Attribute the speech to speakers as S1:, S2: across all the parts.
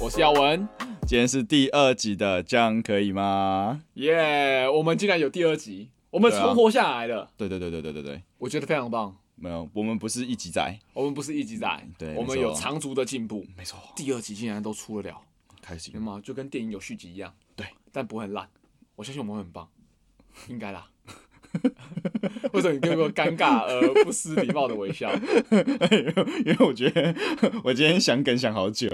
S1: 我是耀文，
S2: 今天是第二集的，这样可以吗？
S1: 耶、我们竟然有第二集，我们
S2: 对啊
S1: 存活下来了，
S2: 对对对对对对对，
S1: 我觉得非常棒。
S2: 没有，我们不是一集仔，
S1: 我们不是一级仔，
S2: 嗯对
S1: 我们
S2: 没错
S1: 有长足的进步。
S2: 没错，
S1: 第二集竟然都出得了，
S2: 开心
S1: 有，吗？就跟电影有续集一样，
S2: 对，
S1: 但不会很烂。我相信我们会很棒，应该啦。 为什么你给我尴尬而不失礼貌的 微笑？
S2: 因为我觉得 我今天想梗想好久，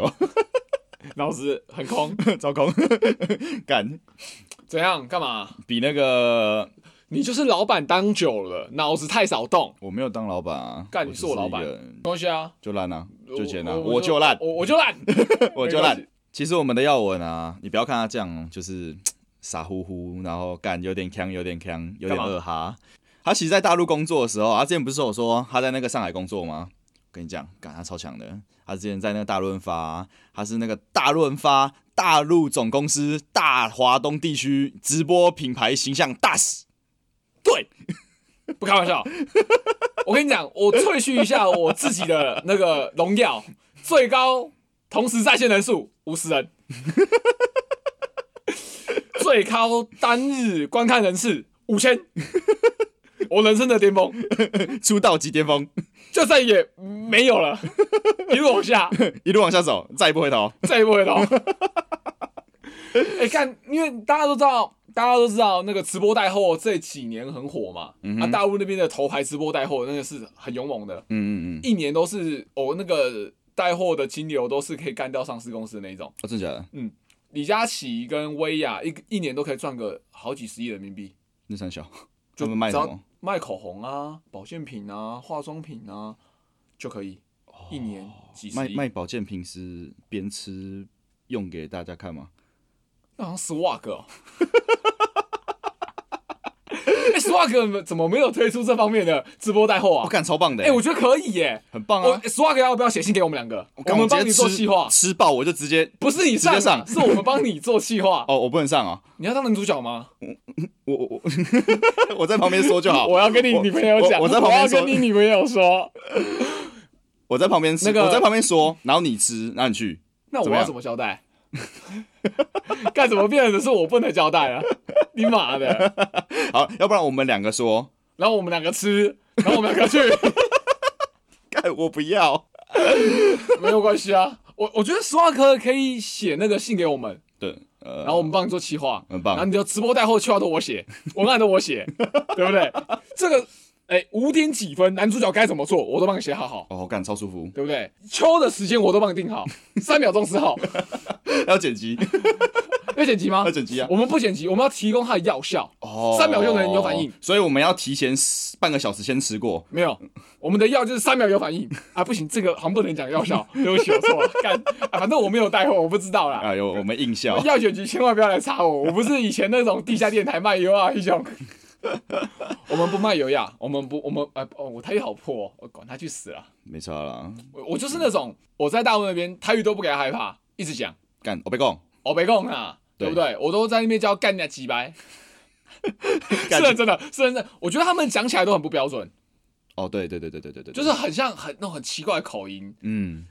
S1: 脑子很空，
S2: 糟糕， 干
S1: 怎样？干嘛？
S2: 比那个
S1: 你就是老板当久了，脑子太少动。
S2: 我没有当老板啊，
S1: 干你
S2: 只
S1: 是我老板
S2: 一个
S1: 没关系啊，
S2: 就烂啊，就钱啊，
S1: 我
S2: 我就烂，
S1: 我我就烂，
S2: 我就
S1: 没关
S2: 烂。其实我们的耀文啊，你不要看他这样，就是傻乎乎，然后干有点呛，有点呛，有
S1: 干
S2: 点
S1: 嘛
S2: 二哈。他其实，在大陆工作的时候，他之前不是有说他在那个上海工作吗？我跟你讲，干他超强的。他之前在那个大润发，他是那个大润发大陆总公司大华东地区直播品牌形象大使。
S1: 对， 不开玩笑。我跟你讲，我萃取一下我自己的那个荣耀，最高同时在线人数五十人， 最高单日观看人次五千，我人生的巅峰
S2: 出道即巅峰，
S1: 就再也没有了，一路往下，
S2: 一路往下走，再也不回头。
S1: 再也不回头。 哎、看，因为大家都知道，大家都知道那个直播带货这几年很火嘛，
S2: 嗯
S1: 啊，大陆那边的头牌直播带货那个是很勇猛的，
S2: 嗯嗯嗯，
S1: 一年都是哦那个带货的金流都是可以干掉上市公司的那一种。
S2: 哦，真的假的？
S1: 李佳琦跟薇娅一一年都可以赚个好几十亿人民币，
S2: 那三小，他们卖什么？
S1: 卖口红啊、保健品啊、化妆品啊就可以，一年几十
S2: 哦卖
S1: 亿，
S2: 卖保健品是边吃用给大家看吗？
S1: 那好像 Swag 哦。 哎、s w a g 怎么没有推出这方面的直播带货
S2: 我
S1: 啊？
S2: 看超棒的、
S1: 哎、
S2: 欸，
S1: 我觉得可以耶、
S2: 很棒
S1: 我
S2: 啊！
S1: Swag 要不要写信给我们两个？我
S2: 干
S1: 们帮
S2: 直接
S1: 你做
S2: 吃
S1: 企划，
S2: 吃爆我就直接
S1: 不是你
S2: 直接
S1: 上啊，
S2: 上
S1: 是我们帮你做企 划。
S2: 哦，我不能上啊，
S1: 你要当男主角吗？
S2: 我我 我我在旁边说就好，
S1: 我要跟你
S2: 我
S1: 女朋友讲，
S2: 我我在旁边
S1: 要
S2: 说
S1: 跟你女朋 友说，
S2: 我在旁边吃，
S1: 那个
S2: 我在旁边说，然后你吃，然后你去，
S1: 那
S2: 怎
S1: 我
S2: 么
S1: 要
S2: 样
S1: 怎么交代？ 干怎么变成是我不能交代啊？你妈的！
S2: 好，要不然我们两个说，
S1: 然后我们两个吃，然后我们两个去，
S2: 干我不要，
S1: 没有关系啊。 嗯我我觉得十万科可以写那个信给我们，
S2: 对，呃，
S1: 然后我们帮你做企划，
S2: 很棒
S1: 然后你就直播带货企划都我写， 文案都我写，对不对？这个哎五点几分男主角该怎么做，我都帮你写好好，
S2: 哦，干超舒服，
S1: 对不对？秋的时间我都帮你定 好，三秒钟十好，
S2: 要剪辑，
S1: 要剪辑吗？
S2: 要剪辑啊，
S1: 我们不剪辑，我们要提供它的药效。
S2: 哦，
S1: 三秒就能有反应，
S2: 所以我们要提前十半个小时先吃过，
S1: 没有，我们的药就是三秒有反应啊！不行，这个好像不能讲药效，对不起，我错了。干、啊，反正我没有带货，我不知道啦。
S2: 哎呦，我们硬笑，
S1: 药选局千万不要来查 我，我不是以前那种地下电台卖油啊，英雄。我们不卖油呀，我们不，我们呃，哦，我台语好破、哦，我管他去死啦！
S2: 没差啦，
S1: 我我就是那种我在大陆那边台语都不给他害怕，一直讲，
S2: 干，我被告，
S1: 我没空啊，对
S2: 对
S1: 不对？我都在那边叫干人家几白，是啊
S2: 干
S1: 的，真的，是真的。我觉得他们讲起来都很不标准，
S2: 哦，对对对对对对对，对
S1: 就是很像很那种很奇怪的口音。
S2: 嗯，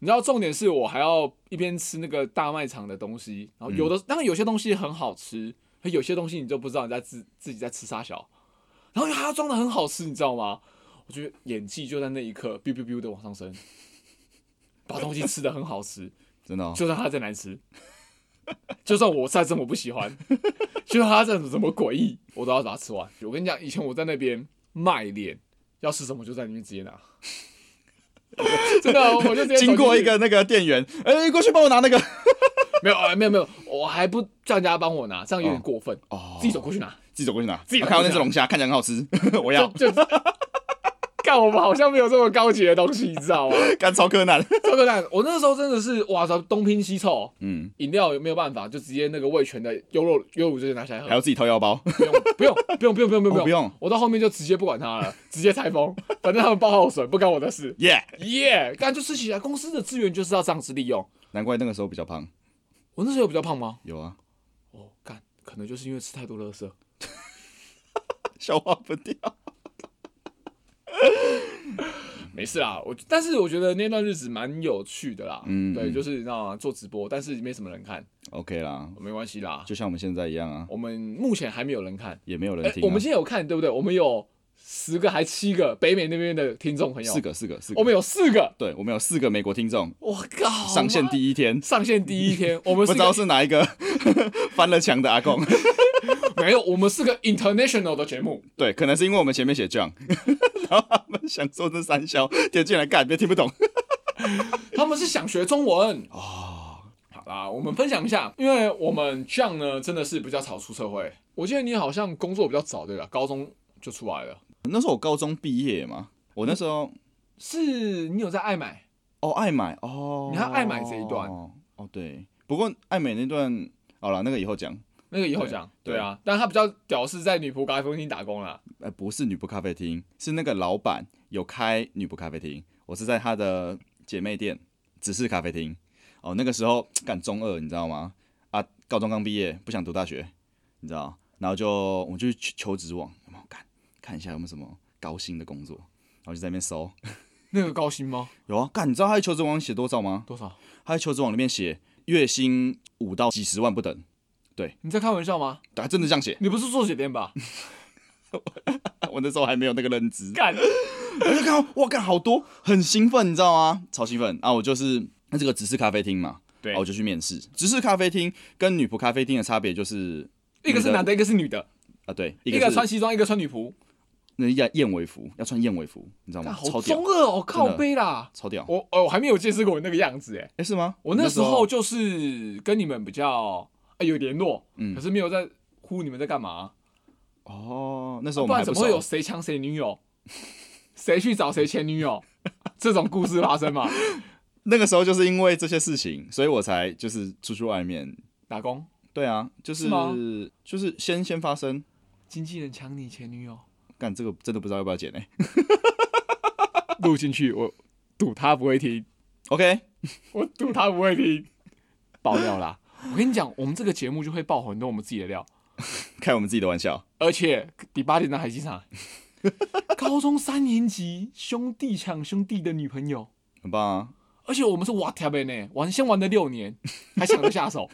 S1: 你知道重点是我还要一边吃那个大卖场的东西，然后有
S2: 嗯
S1: 的、当然有些东西很好吃，可有些东西你就不知道你在自自己在吃啥小，然后它装的很好吃，你知道吗？我觉得演技就在那一刻，biu biu biu 的往上升，把东西吃的很 好吃，
S2: 真的、哦，
S1: 就算它再难吃，就算我再这么不喜欢， 就算它再怎么诡异，我都要把它吃完。我跟你讲，以前我在那边卖脸，要吃什么就在里面直接拿。 真的，我就直接走进去
S2: 经过一个那个店员，哎、过去帮我拿那个。
S1: 没有啊，没有没有，我还不叫人家帮我拿，这样有点过分，
S2: 哦
S1: 自己走过去拿，
S2: 自己走过去拿，
S1: 自己走过去拿
S2: 我看到那只龙虾，看起来很好吃， 我
S1: 就
S2: 要
S1: 就。 干，我们好像没有这么高级的东西，你知 道吗？
S2: 干超柯 南。
S1: 这个蛋，我那时候真的是哇操，东拼西凑，
S2: 嗯，
S1: 饮料也没有办法，就直接那个味全的优酪优乳就拿起来喝
S2: 还，要自己掏腰包，
S1: 不用不用不用不用不用不用
S2: 哦不用，
S1: 我到后面就直接不管他了，直接 拆封，反正他们爆耗损，不干我的事。
S2: 耶！
S1: 耶，干就吃起来，公司的资源就是要这样子利用。
S2: 难怪那个时候比较胖。
S1: 我那时候有比较胖吗？
S2: 有啊，
S1: 哦，干，可能就是因为吃太多垃圾。
S2: 消化不掉。
S1: 没事啦，我但是我觉得那段日子蛮有趣的啦。
S2: 嗯
S1: 对，
S2: 嗯
S1: 就是你知道吗？做直播，但是没什么人看，
S2: ，OK 啦，
S1: 没关系啦。
S2: 就像我们现在一样啊，
S1: 我们目前还没有人看，
S2: 也没有人
S1: 哎、
S2: 听、啊
S1: 我们今天有看对不对？我们有十个还七个北美那边的听众朋友，
S2: 四，个，四个，四个，
S1: 我们有四个，
S2: 对，我们有四个美国听众，
S1: 我靠，
S2: 上线
S1: 一
S2: 第一天，
S1: 上线第一天，我
S2: 不
S1: 们是
S2: 知道
S1: 个
S2: 是哪一个 翻了墙的阿公。
S1: 没有，我们是个 international 的节目，
S2: 对，可能是因为我们前面写 John，然 后他们想做这三消，点进来干，别听不懂。
S1: 他们是想学 中文。
S2: 哦，
S1: 好啦，我们分享一下，因为我们 John 呢真的是比较早出社会，我记得你好像工作比较早对吧？高中就出来了，
S2: 那时候我高中毕业嘛，我那时候
S1: 是你有在爱买，
S2: 哦爱买哦，
S1: 你看爱买这一段
S2: 哦对，不过爱买那段好了，那个以后讲，
S1: 那个以后
S2: 对
S1: 讲，
S2: 对
S1: 对啊，但他比较屌是在女仆咖啡厅打工啦，
S2: 呃不是女仆咖啡厅，是那个老板有开女仆咖啡厅，我是在他的姐妹店只是咖啡厅。哦，那个时候干中二，你知道吗？啊，高中刚毕业，不想读大学，你知道，然后就我们就去求职网，有没有干看一下有没有什么高薪的工作，然后就在那边搜。
S1: 那个高薪吗？
S2: 有啊，干，你知道他在求职网写多少吗？
S1: 多少？
S2: 他在求职网里面写月薪五到几十万不等，
S1: 你在开玩笑吗？
S2: 还真的这样写。
S1: 你不是做酒店吧？
S2: 我那时候还没有那个认知，
S1: 干，
S2: 我就看到哇，干好多，很兴奋，你知道吗？超兴奋啊！我就是那这个直视咖啡厅嘛，
S1: 对
S2: 啊我就去面试。直视咖啡厅跟女仆咖啡厅的差别就是
S1: 一个是男的，一个是女的，
S2: 啊，对，
S1: 一
S2: 个
S1: 个
S2: 是
S1: 穿西装，一个穿女仆，
S2: 那要燕尾服，要穿燕尾服，你知道
S1: 干
S2: 吗？
S1: 好
S2: 超屌，
S1: 中二哦，
S2: 真的
S1: 靠背啦！
S2: 超屌！哎、
S1: 我哦，我还没有见识过我那个样子哎，
S2: 是吗？
S1: 我
S2: 你
S1: 那
S2: 时
S1: 时候就是跟你们比较哎有联络，可是没有在乎你们在干嘛，
S2: 哦，那时候我
S1: 不
S2: 们还
S1: 然怎
S2: 不
S1: 么会有
S2: 熟。
S1: 谁抢谁女友， 谁去找谁前女友这种故事发生嘛？
S2: 那个时候就是因为这些事情，所以我才就是出去外面。
S1: 打工，
S2: 对啊，就是
S1: 是吗
S2: 就是先先发生，
S1: 经纪人抢你前女友，
S2: 干这个真的不知道要不要剪哎、
S1: 录进去，我赌他不会听。
S2: OK，
S1: 我赌他不会听，爆料啦！我跟你讲，我们这个节目就会爆很多我们自己的料，
S2: 开我们自己的玩笑。
S1: 而且比八点档还精彩。高中三年级，兄弟抢兄弟的女朋友，
S2: 很棒啊！
S1: 而且我们是哇跳呗呢，玩先玩了六年，还抢得下 手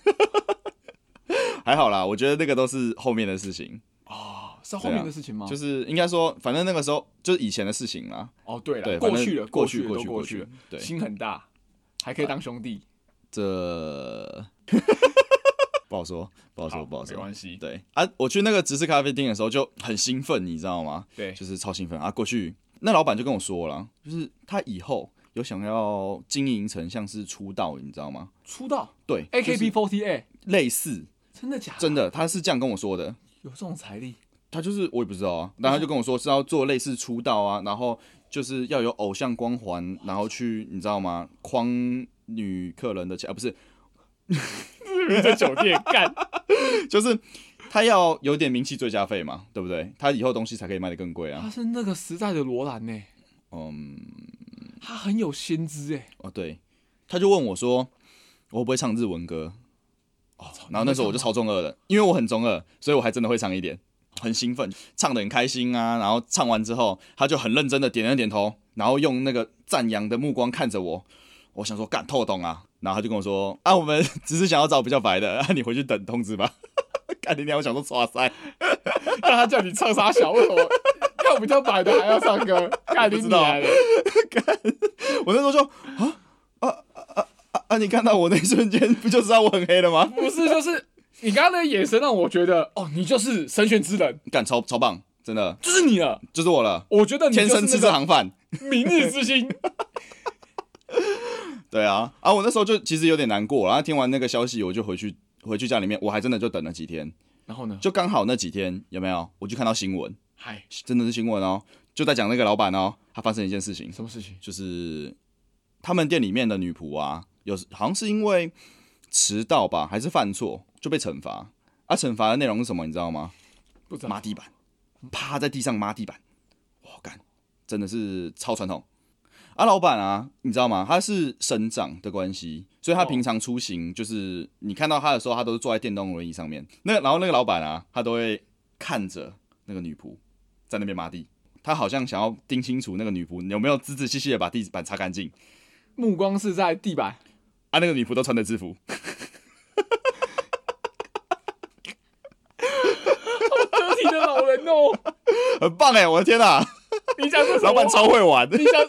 S2: 还好啦，我觉得那个都是后面的事情，
S1: 哦，是后面的事情吗？
S2: 就是应该说，反正那个时候就是以前的事情啦。
S1: 哦，对
S2: 对，
S1: 了，过
S2: 反正
S1: 去了，
S2: 过
S1: 去了，
S2: 过
S1: 都
S2: 过
S1: 去了，。
S2: 对，
S1: 心很大，还可以当兄弟，
S2: 这不好说，不好说，不好
S1: 没
S2: 说。
S1: 关系。
S2: 对啊，我去那个直视咖啡厅的时候就很兴奋，你知道吗？
S1: 对，
S2: 就是超兴奋啊！过去那老板就跟我说了，就是他以后有想要经营成像是出道，你知道吗？
S1: 出道
S2: 对
S1: AKB48，
S2: 类似，
S1: 真的假？
S2: 真的，他是这样跟我说的。
S1: 有这种财力？
S2: 他就是我也不知道啊，然后他就跟我说是要做类似出道啊，然后就是要有偶像光环，然后去你知道吗？框女客人的钱啊，不是，
S1: 在酒店干，
S2: 就是他要有点名气追加费嘛，对不对？他以后东西才可以卖得更贵啊
S1: 他。是那个时代的罗兰呢。
S2: 嗯，
S1: 他很有先知哎、
S2: 哦对，他就问我说我会不会唱日文歌，
S1: 哦，操
S2: 然后那时候我就超中二的，因为我很中二，所以我还真的会唱一点，很兴奋，唱的很开心啊。然后唱完之后，他就很认真的点了点头，然后用那个赞扬的目光看着我。我想说干透懂啊，然后他就跟我说啊，我们 只是想要找比较白的，啊你回去等通知吧。 干你娘！我想说哇塞，
S1: 让他叫你唱傻小，为什么要比较白的还要唱歌？干你
S2: 不知道
S1: 娘嘞！
S2: 我那时候就啊啊啊啊啊！你看到我那一瞬间不就知道我很黑了吗？
S1: 不是，就是你刚刚那个眼神让我觉得，哦，你就是神选之人，
S2: 干超超棒，真的
S1: 就是你了。
S2: 就是我了，
S1: 我觉得你
S2: 天生吃
S1: 就是
S2: 这
S1: 那
S2: 行饭。
S1: 个明日之星。
S2: 对啊，啊，我那时候就其实有点难过，然后听完那个消息，我就回去回去家里面，我还真的就等了几天，
S1: 然后呢？
S2: 就刚好那几天有没有，我就看到新闻，
S1: 嗨，
S2: 真的是新闻哦，就在讲那个老板哦，他发生一件事情，
S1: 什么事情？
S2: 就是他们店里面的女仆啊，有好像是因为迟到吧，还是犯错就被惩罚，啊，惩罚的内容是什么，你知道吗？
S1: 不知
S2: 抹
S1: 道。
S2: 地板，趴在地上抹地板，我干，真的是超传统。啊，老板啊，你知道吗？他是省长的关系，所以他
S1: 哦
S2: 平常出行就是、你看到他的时候，他都是坐在电动轮椅上面。那然后那个老板啊，他都会看着那个女仆在那边抹地，他好像想要盯清楚那个女仆有没有仔仔细细的把地板擦干净
S1: 目光是在地板，
S2: 啊。那个女仆都穿着制服，
S1: 得体的老人哦、
S2: 很棒哎、我的天哪、
S1: 你讲这什么
S2: 老板超会玩，
S1: 你想，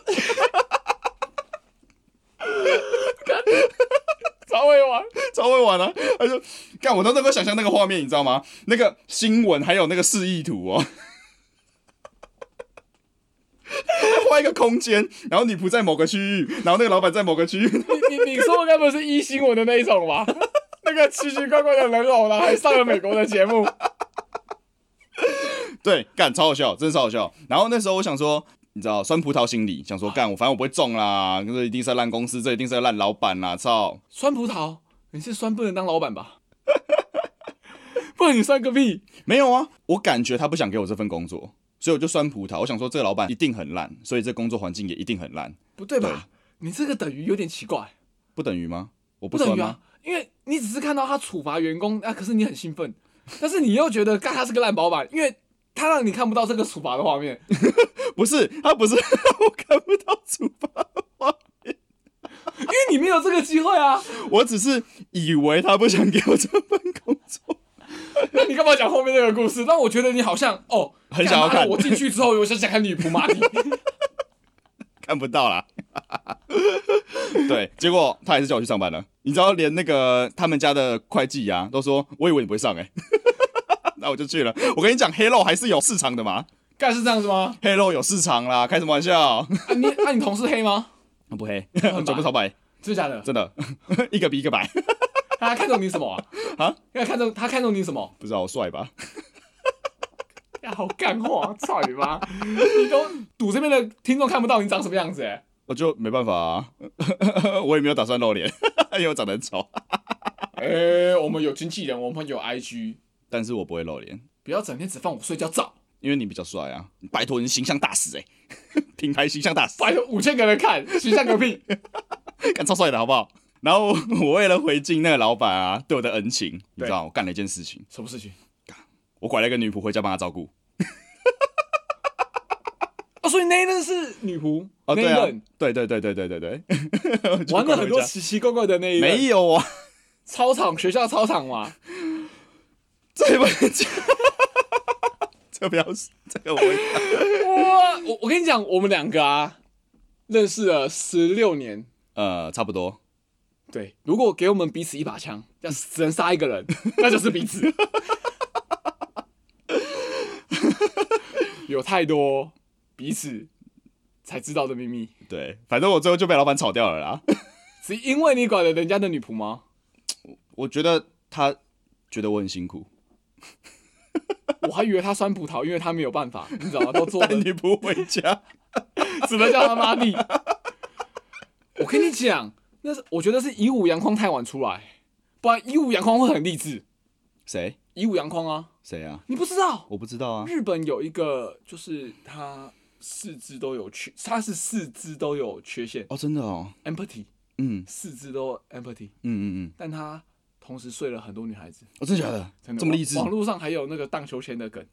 S1: 超会玩，
S2: 超会玩啊！他就干，我都能够想象那个画面，你知道吗？那个新闻还有那个示意图哦。 画一个空间，然后女仆在某个区域，然后那个老板在某个区域，
S1: 你你你说的该不是一新闻的那一种吧？ 那个奇奇怪怪的人偶呢，还上了美国的节目，
S2: 对，干超好笑，真的超好笑。然后那时候我想说，你知道酸葡萄心理，想说干我反正我不会中啦，这一定是烂公司，这一定是烂老板啦，操！
S1: 酸葡萄，你是酸不能当老板吧？ 不然你酸个屁！
S2: 没有啊，我感觉他不想给我这份工作，所以我就酸葡萄。我想说这个老板一定很烂，所以这工作环境也一定很烂，
S1: 不对吧？你这个等于有点奇怪，
S2: 不等于吗？我不
S1: 不等
S2: 酸
S1: 于
S2: 吗
S1: 啊？，因为你只是看到他处罚员工啊，可是你很兴奋，但是你又觉得干他是个烂老板，因为他让你看不到这个处罚的画面，
S2: 不是，他不是， 我看不到主吧？
S1: 因为你没有这个机会啊。
S2: 我只是以为他不想给我这份工作。
S1: 那你干嘛讲后面那个故事？让我觉得你好像哦，
S2: 很想要看
S1: 干嘛我进去之后，我想想看女仆马 里，
S2: 看不到啦。 对，结果他还是叫我去上班了。你知道，连那个他们家的会计啊，都说我以为你不会上哎、 那我就去了。我跟你讲，黑肉还是有市场的嘛，
S1: 干是这样子吗？
S2: 黑肉有市场啦，开什么玩笑？
S1: 啊你啊你同事黑吗？
S2: 不黑， 全部超白，
S1: 真的假的？
S2: 真的， 一个比一个白。
S1: 他看中你什么 啊？
S2: 啊？
S1: 要看中他看中你什么？
S2: 不知道我帅吧？
S1: 哎呀，好干话，操你 妈！你都赌这边的听众看不到你长什么样子哎、
S2: 我就没办法啊， 我也没有打算露脸， 因为我长得很丑。
S1: 哎、我们有经纪人，我们有 IG，
S2: 但是我不会露脸，
S1: 不要整天只放我睡觉照，
S2: 因为你比较帅啊！拜托，你形象大使哎、品牌形象大使，
S1: 拜托五千个人看，形象个 屁！
S2: 干超帅的好不好？然后我为了回敬那个老板啊，对我的恩情，你
S1: 对
S2: 知道我干了一件事情，
S1: 什么事情？
S2: 我拐了一个女仆回家帮他照顾。
S1: 啊，所以那一任是女仆，
S2: 哦，
S1: 那一
S2: 对啊
S1: 任，
S2: 对对对对对对对，我就
S1: 玩
S2: 拐
S1: 了
S2: 回
S1: 很多
S2: 家
S1: 奇奇怪怪的那一任，
S2: 没有啊，
S1: 操场学校操场嘛，
S2: 这不这不要这个我会
S1: 哇，我我跟你讲，我们两个啊，认识了十六年。
S2: 呃差不多，
S1: 对，如果给我们彼此一把枪，要只能杀一个人， 那就是彼此。有太多彼此才知道的秘密，
S2: 对，反正我最后就被老板炒掉了啦。
S1: 只因为你管了人家的女仆吗？
S2: 我觉得他觉得我很辛苦，
S1: 我还以为他酸葡萄，因为他没有办法，你知道吗？都做
S2: 带
S1: 的
S2: 女仆回家，
S1: 只能叫他妈咪。我跟你讲，那是我觉得是一五阳光太晚出来，不然一五阳光会很励志。
S2: 谁
S1: 一五阳光啊，
S2: 谁啊？
S1: 你不知道，
S2: 我不知道啊，
S1: 日本有一个就是他四肢都有缺，他是四肢都有缺陷
S2: 哦，真的哦，
S1: ，empathy，
S2: 嗯
S1: 四肢都有 empathy，
S2: 嗯嗯嗯，
S1: 但他同时睡了很多女孩子，
S2: 哦，真的假的？
S1: 真的
S2: 这么励志
S1: 网？网络上还有那个荡秋千 的梗。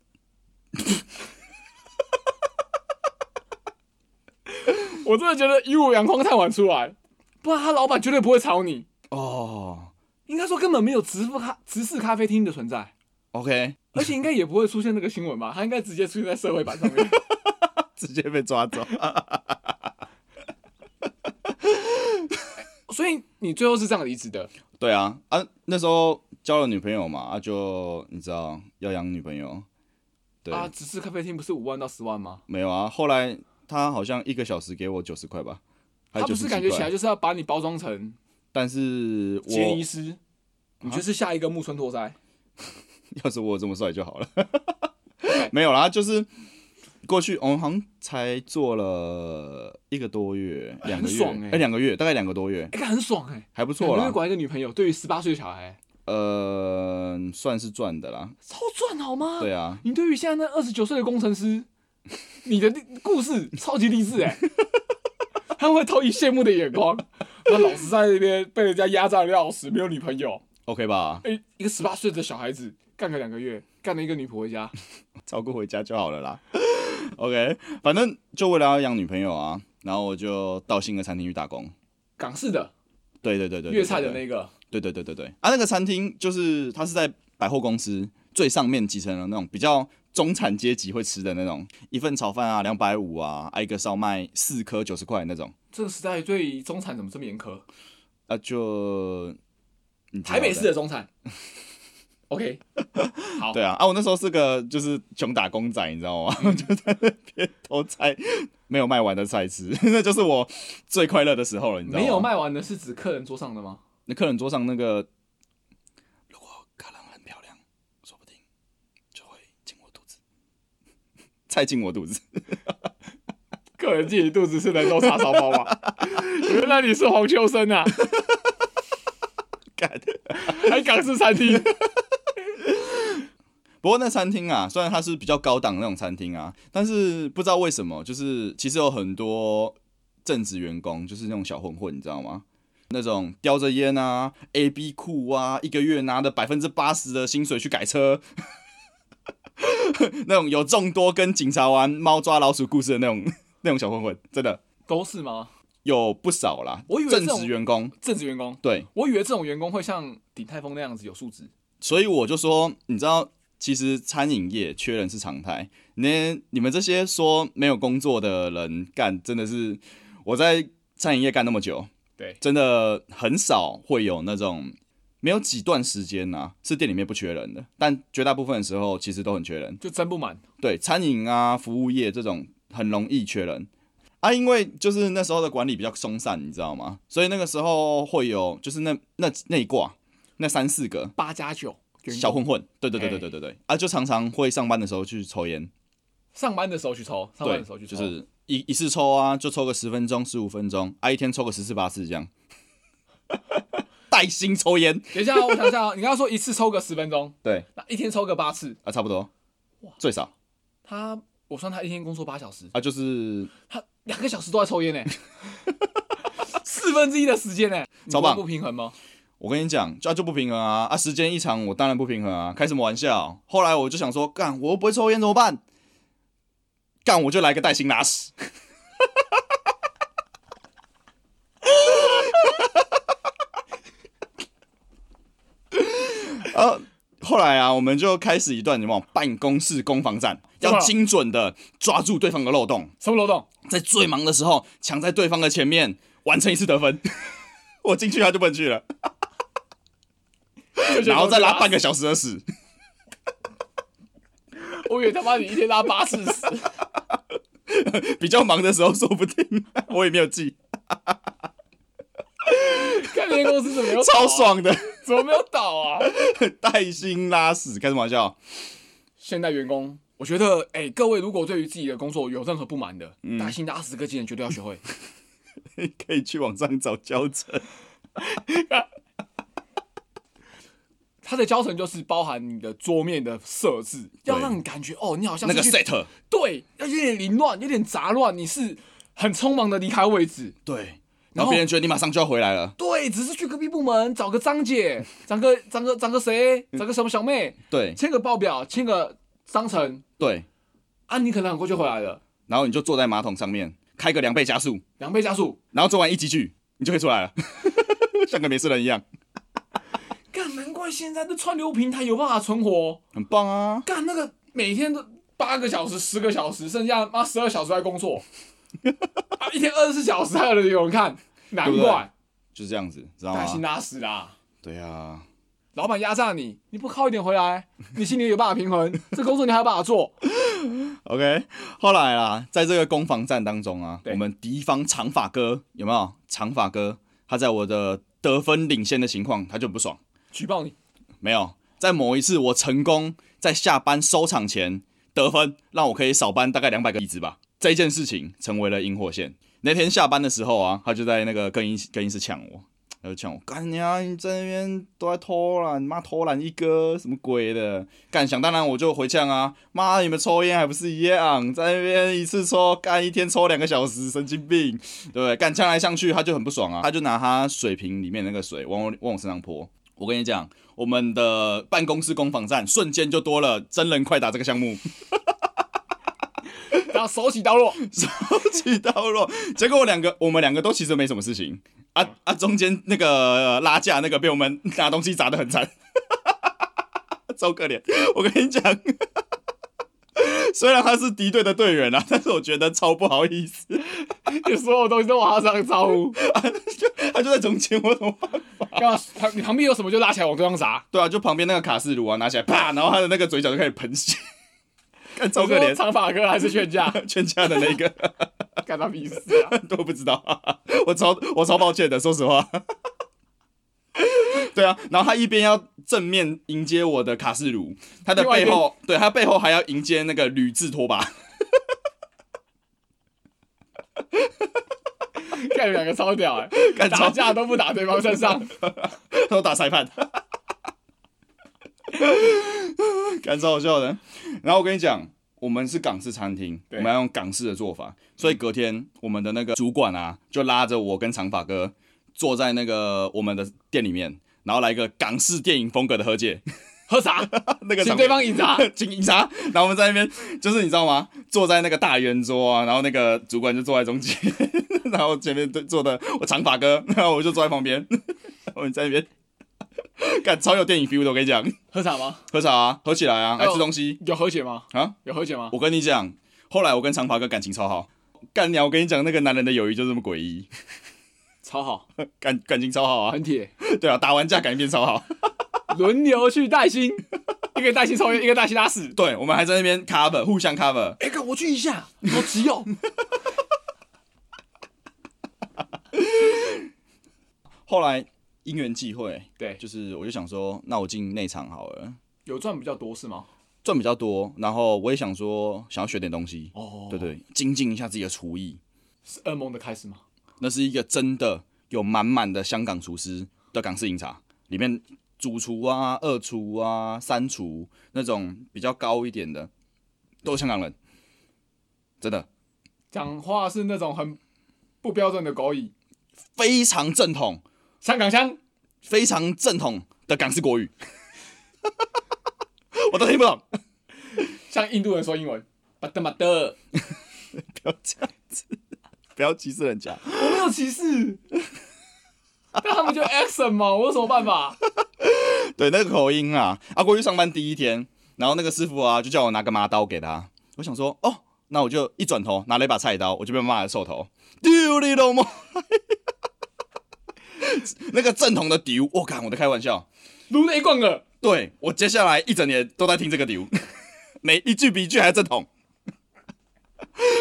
S1: 我真的觉得一五阳光太晚出来，不然他老板绝对不会炒你。
S2: 哦
S1: 应该说根本没有直付咖直视咖啡厅的存在，
S2: ，OK，
S1: 而且应该也不会出现那个新闻吧？他应该直接出现在社会版 上面。
S2: 直接被抓走。
S1: 所以你最后是这样离职的，
S2: 对啊，啊，那时候交了女朋友嘛，啊就，你知道要养女朋友，对，
S1: 啊，只是咖啡厅不是五万到十万吗？
S2: 没有啊。后来他好像一个小时给我九十块吧，还
S1: 他不是
S2: 90
S1: 感觉起来
S2: 块，
S1: 就是要把你包装成
S2: 但是
S1: 杰尼
S2: 我啊
S1: 斯，你就是下一个木村拓哉。
S2: 要是我有这么帅就好了， 没有啦，就是过去我们好像才做了一个多月，两个
S1: 很
S2: 月，
S1: 爽欸
S2: 哎、两个月，大概两个多月，
S1: 哎、看很爽哎、
S2: 还不
S1: 两
S2: 错
S1: 个月
S2: 啦，
S1: 管一个女朋友，对于十八岁的小孩，
S2: 呃，算是赚的啦，
S1: 超赚好吗？
S2: 对啊，
S1: 你对于现在那二十九岁的工程师，你的故事超级励志哎、他们会投以羡慕的眼光。那老师在那边被人家压榨的要死，没有女朋友，
S2: ，OK 吧，
S1: 哎、一个十八岁的小孩子干个两个月，干了一个女仆回家，
S2: 照顾回家就好了啦。 OK，反正就为了要养女朋友啊，然后我就到新的餐厅去打工。
S1: 港式的
S2: 对对对对，对
S1: 粤菜的
S2: 对
S1: 那个，
S2: 对对对对对，啊，那个餐厅就是它是在百货公司最上面集成了那种比较中产阶级会吃的那种，一份炒饭啊，两百五啊，挨个烧麦四颗九十块那种，
S1: 这个时代对中产怎么这么严苛？
S2: 啊就你知道
S1: 台
S2: 的
S1: 北市的中 产，OK，好
S2: 对啊啊，我那时候是个就是穷打工仔，你知道吗？
S1: 嗯
S2: 就在那边偷菜，没有卖完的菜吃， 那就是我最快乐的时候了，你知道吗？
S1: 没有卖完的是指客人桌上的吗？
S2: 那客人桌上那个，如果客人很漂亮，说不定就会进我肚子， 菜进我肚子。
S1: 客人自己肚子是人肉叉烧包 吗？原来你是黄秋生 啊！
S2: 干，
S1: 还港式餐厅，
S2: 不过那餐厅啊，虽然它是比较高档的那种餐厅啊，但是不知道为什么，就是其实有很多正职员工，就是那种小混混，你知道吗？那种叼着烟啊，A B 裤啊，一个月拿着百分之八十的薪水去改车， 那种有众多跟警察玩猫抓老鼠故事的那种那种小混混，真的。
S1: 都是吗？
S2: 有不少啦，
S1: 我以为这
S2: 正
S1: 种
S2: 职员工
S1: 正职员工，
S2: 对，
S1: 我以为这种员工会像鼎泰丰那样子有素质。
S2: 所以我就说，你知道，其实餐饮业缺人是常态。你你们这些说没有工作的人干，真的是我在餐饮业干那么久，
S1: 对，
S2: 真的很少会有那种没有几段时间呐、是店里面不缺人的，但绝大部分的时候其实都很缺人。
S1: 就真不满。
S2: 对，餐饮啊、服务业这种很容易缺人啊，因为就是那时候的管理比较松散，你知道吗？所以那个时候会有就是那那那一挂那三四个
S1: 八加九员
S2: 小
S1: 工
S2: 混混，对对对
S1: 哎
S2: 对对对对啊，就常常会上班的时候去抽烟，
S1: 上班的时候去抽，上班
S2: 对
S1: 的时候去，抽，
S2: 就是一一次抽啊，就抽个十分钟、十五分钟啊，一天抽个十次八次这样， 带薪抽烟，
S1: 等一下、哦，我想一下、哦，你刚刚说一次抽个十分钟，
S2: 对
S1: 那一天抽个八次，
S2: 啊，差不多，最少
S1: 他我算他一天工作八小时，
S2: 啊，就是
S1: 他两个小时都在抽烟呢、 四分之一的时间呢、你
S2: 超棒
S1: 不会不平衡吗？
S2: 我跟你讲，就就不平衡啊啊！时间一长，我当然不平衡啊，开什么玩笑？后来我就想说，干，我又不会抽烟，怎么办？干，我就来个带薪拉 屎。呃，后来啊，我们就开始一段什么办公室攻防战，
S1: 干
S2: 要
S1: 嘛
S2: 精准的抓住对方的漏洞，
S1: 什么漏洞？
S2: 在最忙的时候抢在对方的前面完成一次得分。 我进去他就不能去了。 然后再拉半
S1: 个，
S2: 个小时的屎。
S1: 我以为他妈你一天拉八次 屎，
S2: 比较忙的时候说不定 我也没有记，
S1: 看那些公司怎么没有、啊
S2: 超，爽的，
S1: 怎么没有倒啊？
S2: 带薪拉屎，开什么玩笑？
S1: 现代员工，我觉得，哎、各位如果对于自己的工作有任何不满的，
S2: 嗯
S1: 打新打死个技能绝对要学会。
S2: 可以去网上找教程。
S1: 它的教程就是包含你的桌面的设置，要让你感觉哦，你好像
S2: 那
S1: 是
S2: 个
S1: 去
S2: set，
S1: 对，要有点凌乱，有点杂乱，你是很匆忙的离开位置，
S2: 对，然后别人觉得你马上就要回来了，
S1: 对，只是去隔壁部门找个张姐， 找个找个找个谁，找个什么小妹，
S2: 对
S1: 签个报表，签个章程，
S2: 对，
S1: 啊，你可能很快就回来了，
S2: 然后你就坐在马桶上面，开个两倍加速，
S1: 两倍加速，
S2: 然后做完一集剧，你就可以出来了， 像个没事人一样，
S1: 干，难怪现在的串流平台有办法存活，
S2: 很棒啊！
S1: 干那个每天都八个小时、十个小时，剩下妈十二小时在工 作，啊，一天二十四小时还有人有人看，难
S2: 对不对
S1: 怪。
S2: 就是这样子，知道
S1: 担心
S2: 吗？
S1: 拉屎啦。
S2: 对啊，
S1: 老板压榨你，你不靠一点回来，你心里有办法平 衡，这工作你还有办法做。
S2: OK，后来啦，在这个攻防战当中啊，
S1: 对
S2: 我们敌方长发哥有没有？长发哥他在我的得分领先的情况，他就不爽。
S1: 举报你，
S2: 没有，在某一次我成功在下班收场前得分，让我可以少搬大概两百个椅子吧。这件事情成为了引火线。那天下班的时候啊，他就在那个更衣更衣室呛我，他就呛我，干你啊！你在那边都在偷懒，你妈偷懒一哥，什么鬼的？干想当然我就回呛啊，妈你们抽烟还不是一样，在那边一次抽干一天抽两个小时，神经病，对不对？干呛来呛去，他就很不爽啊，他就拿他水瓶里面那个水往我往我身上泼。我跟你讲，我们的办 公室攻防战瞬间就多了真人快打这个项目，
S1: 然后手起刀落，
S2: 手起刀落。结果我两个，我们两个都其实没什么事情啊啊！中间那个拉架那个被我们拿东西砸得很惨， 超可怜。我跟你讲， 虽然他是敌对的队员啊，但是我觉得超不好意思，
S1: 就 所有东西都往他身上招 呼。
S2: 他就在中间，我怎么办？
S1: 干嘛？旁你旁边有什么就拉起来往对方砸。
S2: 对啊，就旁边那个卡式炉啊，拿起来啪，然后他的那个嘴角就开始喷血， 看超可
S1: 我说
S2: 怜。
S1: 长发哥还是劝架，
S2: 全家的那个
S1: 干他屁事啊！
S2: 都不知道，我超我超抱歉的，说实话。 对啊，然后他一边要正面迎接我的卡式炉，他的
S1: 另外
S2: 背
S1: 一边
S2: 后，对他背后还要迎接那个铝制拖把，
S1: 看你们两个超屌 哎、
S2: 干
S1: 打
S2: 超
S1: 架都不打对方身上，
S2: 都打裁判， 干超好笑的。然后我跟你讲，我们是港式餐厅，我
S1: 对
S2: 们要用港式的做法，所以隔天我们的那个主管啊，就拉着我跟长发哥坐在那个我们的店里面，然后来一个港式电影风格的和解，
S1: 喝啥？
S2: 那个
S1: 请
S2: 场
S1: 对
S2: 面。
S1: 方饮茶。
S2: 请饮茶，然后我们在那边，就是你知道吗？坐在那个大圆桌啊，然后那个主管就坐在中间， 然后前面坐的我长发哥，然后我就坐在旁边， 我们在那边，感超有电影 feel 的，我跟你讲，
S1: 喝啥吗？
S2: 喝茶啊，喝起来啊，爱吃东西
S1: 有和解吗？
S2: 啊。
S1: 有和解吗？
S2: 我跟你讲，后来我跟长发哥感情超好，干娘，我跟你讲，那个男人的友谊就这么诡异，
S1: 超好，
S2: 感感情超好啊，
S1: 很铁，
S2: 对啊，打完架感情变超好，
S1: 轮流去带 薪，一个带薪抽烟，一个带薪拉屎。
S2: 对，我们还在那边 cover，互相 cover，
S1: 哎、哥，我去一下，好急哦。
S2: 后来因缘际会，
S1: 对，
S2: 就是我就想说，那我进内场好了，
S1: 有赚比较多是吗？
S2: 赚比较多，然后我也想说想要学点东西，
S1: 哦，
S2: 对对，精进一下自己的厨艺。
S1: 是噩梦的开始吗？
S2: 那是一个真的有满满的香港厨师的港式饮茶，里面主厨啊、二厨啊、三厨那种比较高一点的，都是香港人，真的
S1: 讲话是那种很不标准的狗语，
S2: 非常正统，
S1: 香港腔，
S2: 非常正统的港式国语， 我都听不懂。
S1: 像印度人说英文，巴德巴德，
S2: 不要这样子， 不要歧视人家。
S1: 我没有歧视。但他们就 action 嘛，我有什么办法？
S2: 对，那个口音啊，啊，过去上班第一天，然后那个师傅啊，就叫我拿个麻刀给他。我想说，哦，那我就一转头拿了一把菜刀，我就被骂了臭头，丢你老母！ 那个正统的丢，我靠，我在开玩笑。
S1: 如雷贯耳，
S2: 对我接下来一整年都在听这个丢，每一句比一句还正统。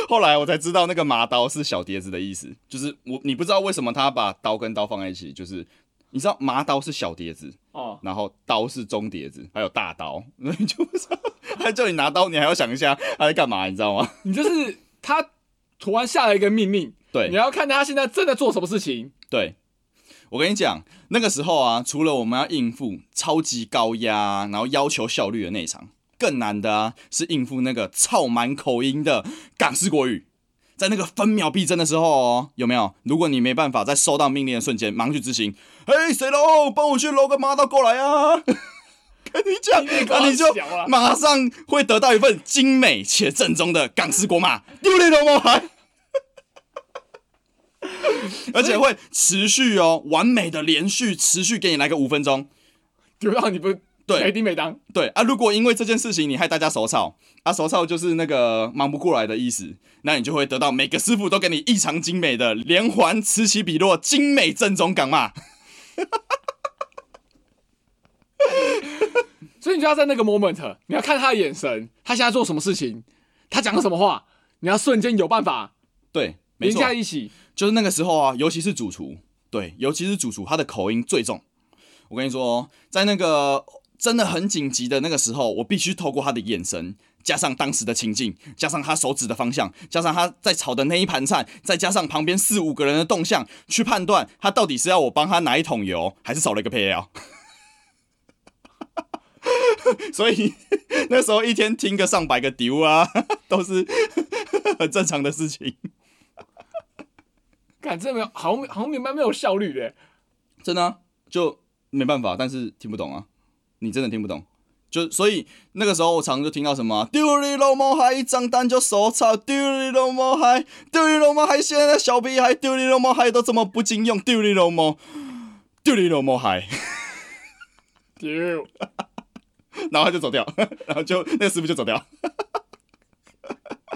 S2: 后来我才知道，那个麻刀是小碟子的意思，就是我你不知道为什么他把刀跟刀放在一起，就是你知道麻刀是小碟子，
S1: 哦，
S2: 然后刀是中碟子，还有大刀， 那你就不知道，他叫你拿刀，你还要想一下他在干嘛，你知道吗？
S1: 你就是他突然下了一个命令，你
S2: 对
S1: 要看他现在正在做什么事情。
S2: 对，我跟你讲，那个时候啊，除了我们要应付超级高压，然后要求效率的那一场，更难的啊是应付那个操满口音的港式国语。在那个分秒必争的时候哦，有没有？如果你没办法在收到命令的瞬间忙去执行，嘿，谁喽？帮我去搂个麻刀过来啊！ 跟你讲，那你就
S1: 小啊
S2: 马上会得到一份精美且正宗的港式国马丢脸龙猫牌， 而且会持续哦，完美的连续持续给你来个五分钟。
S1: 就让你不
S2: 对
S1: 没叮没当，
S2: 对啊，如果因为这件事情你害大家手操，啊手操就是那个忙不过来的意思，那你就会得到每个师傅都给你异常精美的连环此起彼落精美正宗港骂。
S1: 所以你就要在那个 moment，你要看他的眼神，他现在做什么事情，他讲了什么话，你要瞬间有办法
S2: 对，没
S1: 连
S2: 错。
S1: 在一起。
S2: 就是那个时候啊，尤其是主厨，对，尤其是主厨，他的口音最重。我跟你说哦，在那个真的很紧急的那个时候，我必须透过他的眼神，加上当时的情境，加上他手指的方向，加上他在炒的那一盘菜，再加上旁边四五个人的动向，去判断他到底是要我帮他拿一桶油，还是少了一个配料。 所以那时候一天听个上百个丢啊， 都是很正常的事情。
S1: 感这没有，好像好像明白没有效率的，
S2: 真的啊、就没办法，但是听不懂啊，你真的听不懂。就所以那个时候我常就听到什么啊丢你老母嗨，一张单就手操，丢你老母嗨，丢你老母嗨，现在的小屁孩丢你老母嗨都这么不经用，丢你老母，丢你老母嗨，
S1: 丢，
S2: 然后他就走掉， 然后就那个师傅就走掉，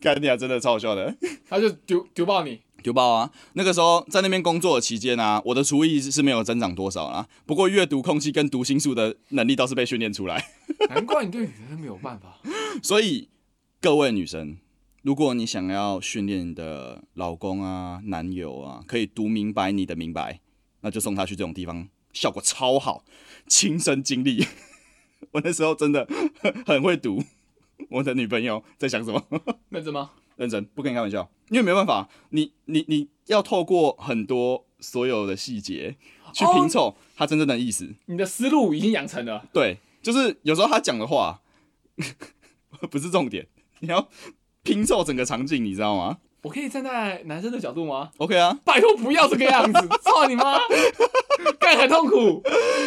S2: 干你啊，真的超好笑的。
S1: 他就丢丢爆你。
S2: 丢爆啊！那个时候在那边工作的期间啊，我的厨艺是没有增长多少啦，不过阅读空气跟读心术的能力倒是被训练出来。
S1: 难怪你对女人没有办 法。
S2: 所以各位女生，如果你想要训练你的老公啊、男友啊，可以读明白你的明白，那就送他去这种地方，效果超好，亲身经历。 我那时候真的很会读， 我的女朋友在想什么。
S1: 认真吗？
S2: 认真，不跟你开玩笑，因为没办法，你你你要透过很多所有的细节去
S1: 哦
S2: 拼凑他真正的意思。
S1: 你的思路已经养成了，
S2: 对，就是有时候他讲的话 不是重点，你要拼凑整个场景，你知道吗
S1: 我可以站在男生的角度吗？
S2: ？OK 啊，
S1: 拜托不要这个样子， 操你妈！干很 痛苦，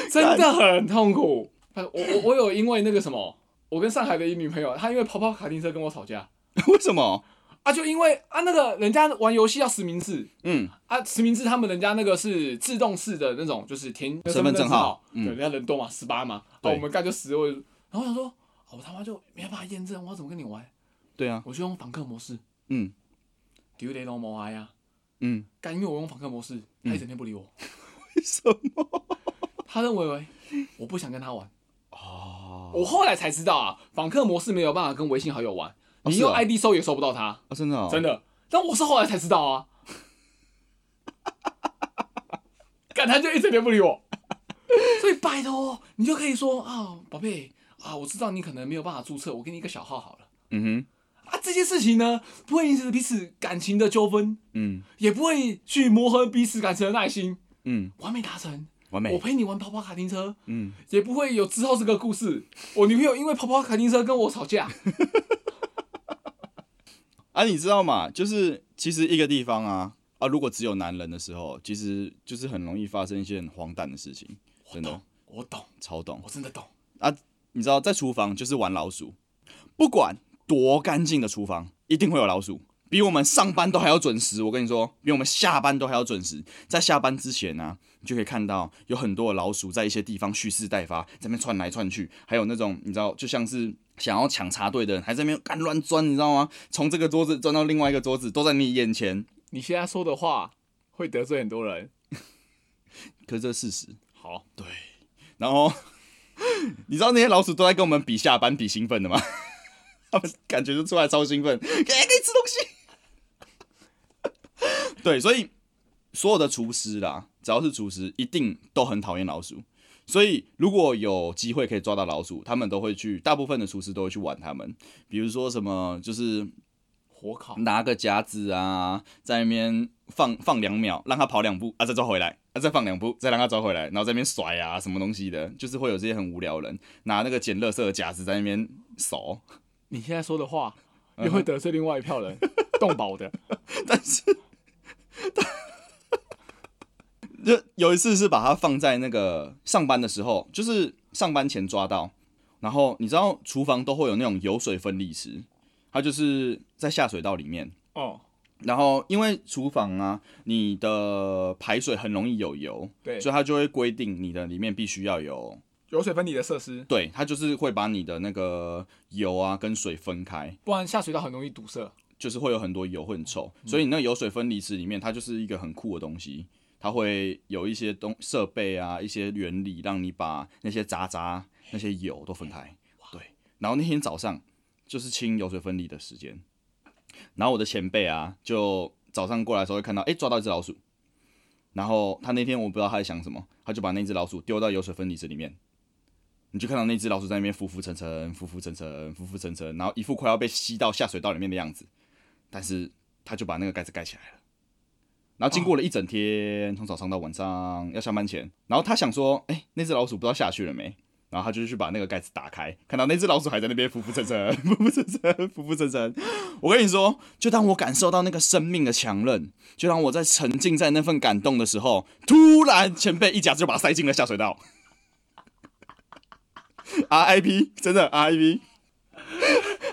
S1: 真的很痛苦。我我我有因为那个什么，我跟上海的一女朋友，她因为跑跑卡丁车跟我吵架
S2: 为什么？
S1: 啊，就因为啊那个人家玩游戏要实名制
S2: 嗯，
S1: 啊，实名制他们人家那个是自动式的那种，就是填
S2: 身份证号
S1: 对，
S2: 嗯
S1: 人家人多嘛，十八嘛，啊
S2: 对
S1: 我们干就十位，然后我想说，啊我他妈就没办法验证，我要怎么跟你玩？
S2: 对啊，
S1: 我就用访客模式，
S2: 嗯
S1: 丢雷龙摩埃呀。
S2: 嗯，
S1: 干，因为我用访客模式，他一整天不理我。
S2: 为什么？
S1: 他认为我不想跟他玩。
S2: 哦，
S1: 我后来才知道啊，访客模式没有办法跟微信好友玩，
S2: 哦
S1: 你
S2: 是
S1: 用
S2: 哦
S1: ID 搜也搜不到他，
S2: 真的、哦，
S1: 真的。但我是后来才知道啊。干，他就一整天不理我。所以拜托，你就可以说啊，宝贝啊，我知道你可能没有办法注册，我给你一个小号好了。
S2: 嗯
S1: 啊，这些事情呢，不会引起彼此感情的纠纷，
S2: 哼，嗯
S1: 也不会去磨合彼此感情的耐心，
S2: 嗯，
S1: 完美达成。
S2: 完
S1: 我
S2: 美，
S1: 陪你玩跑跑卡丁车，
S2: 嗯，
S1: 也不会有之后这个故事。我女朋友因为跑跑卡丁车跟我吵架，
S2: 啊，你知道吗？就是其实一个地方啊啊，如果只有男人的时候，其实就是很容易发生一些很荒诞的事情，
S1: 我
S2: 真的哦
S1: 懂，我懂，
S2: 超懂。
S1: 我真的懂。
S2: 你知道，在厨房就是玩老鼠，不管多干净的厨房，一定会有老鼠，比我们上班都还要准时。我跟你说，比我们下班都还要准时。在下班之前呢、你就可以看到有很多的老鼠在一些地方蓄势待发，在那边窜来窜去，还有那种你知道，就像是。想要抢插队的人还在那边干乱钻，你知道吗？从这个桌子钻到另外一个桌子，都在你眼前。
S1: 你现在说的话会得罪很多人。
S2: 可是这是事实。
S1: 好，
S2: 然后 你知道那些老鼠都在跟我们比下班、比兴奋的吗？ 他们感觉就出来超兴奋，哎、可以吃东西。 对，所以所有的厨师啦，只要是厨师，一定都很讨厌老鼠。所以如果有机会可以抓到老鼠，他们都会去，大部分的厨师都会去玩他们，比如说什么就是
S1: 火烤
S2: 拿个夹子啊，在那边放放两秒，让他跑两步啊，再抓回来啊，再放两步，再让他抓回来，然后在那边甩啊，什么东西的，就是会有这些很无聊的人拿那个捡垃圾的夹子在那边扫，
S1: 你现在说的话也会得罪另外一票人，动保的。
S2: 但是就有一次是把它放在那个上班的时候，就是上班前抓到，然后你知道厨房都会有那种油水分离池，它就是在下水道里面，
S1: 哦，
S2: 然后因为厨房啊，你的排水很容易有油，
S1: 对
S2: 所以它就会规定你的里面必须要有，
S1: 油水分离的设施，
S2: 对，它就是会把你的那个油啊跟水分开，
S1: 不然下水道很容易堵塞。
S2: 就是会有很多油会很臭，所以你那个油水分离池里面，它就是一个很酷的东西，它会有一些东设备啊，一些原理让你把那些渣渣、那些油都分开。对，然后那天早上就是清油水分离的时间，然后我的前辈啊，就早上过来的时候会看到，哎、抓到一只老鼠，然后他那天我不知道他在想什么，他就把那只老鼠丢到油水分离池里面。你就看到那只老鼠在那边浮浮沉沉、浮浮沉沉、浮浮沉沉，然后一副快要被吸到下水道里面的样子。但是他就把那个盖子盖起来了。然后经过了一整天，从早上到晚上要上班前，然后他想说，哎、那只老鼠不知道下去了没？然后他就去把那个盖子打开，看到那只老鼠还在那边浮浮沉沉、浮浮沉沉、浮浮沉沉。 我跟你说，就当我感受到那个生命的强韧，就当我在沉浸在那份感动的时 候，突然前辈一夹子就把它塞进了下水道。 RIP，真的 RIP，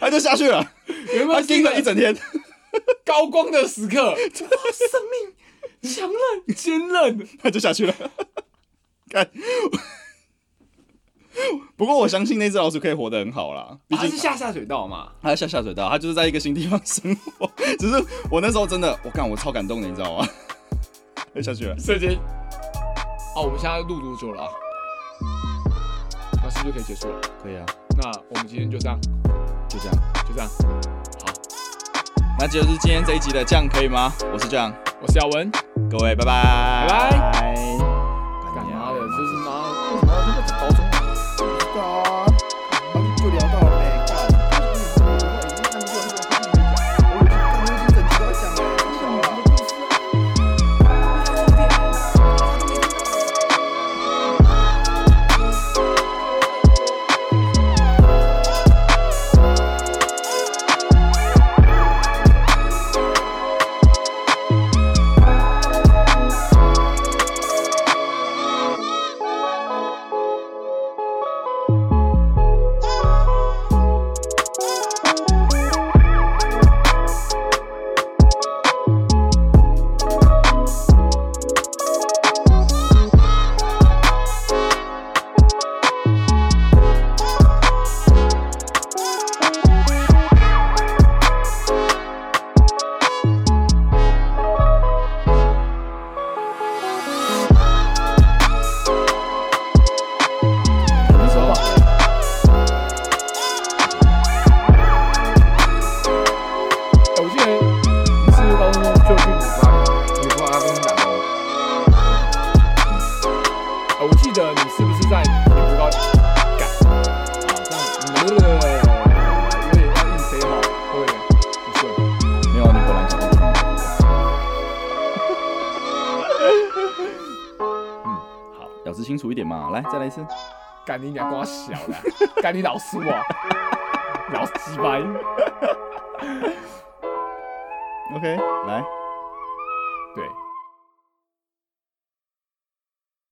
S2: 他就下去了，
S1: 有没
S2: 他
S1: 有
S2: 盯
S1: 听
S2: 了一整天。
S1: 高光的时刻？哇，生命强韧、坚韧，
S2: 他 就下去了。看，不过我相信那只老鼠可以活得很好啦，毕
S1: 它
S2: 竟
S1: 是下下水道嘛？
S2: 它下下水道，它就是在一个新地方生活。 只是我那时候真的，我看我超感动的，你知道吗？又下去了，
S1: 瞬间，哦，我们现在录多久了啊？那是不是可以结束了？
S2: 可以啊，
S1: 那我们今天就这样，
S2: 就这样。
S1: 就这样。好，
S2: 那这就是今天这一集的这样可以吗？我是这样，
S1: 我是亚文。
S2: 各位拜拜，
S1: 拜
S2: 拜。
S1: 干妈的，就是妈，为什么要这么高中啊？
S3: 对啊，就聊到了呗，干，我已经看过这个故事讲，我已经看过这整集都要讲了，这是我们的故事啊。
S1: 那时候哎我记得你是高中就去你班，你说他跟你打工。哎我记得你是不是在你不高改啊？这样，对对对对对，有点要硬塞好，对，不顺。
S2: 没有，你本来讲的。 嗯，好，咬字清楚一点嘛，来，再来一次。
S1: 干你娘瓜小啦，干你老叔啊，老鸡掰，
S2: OK，来。
S1: 对。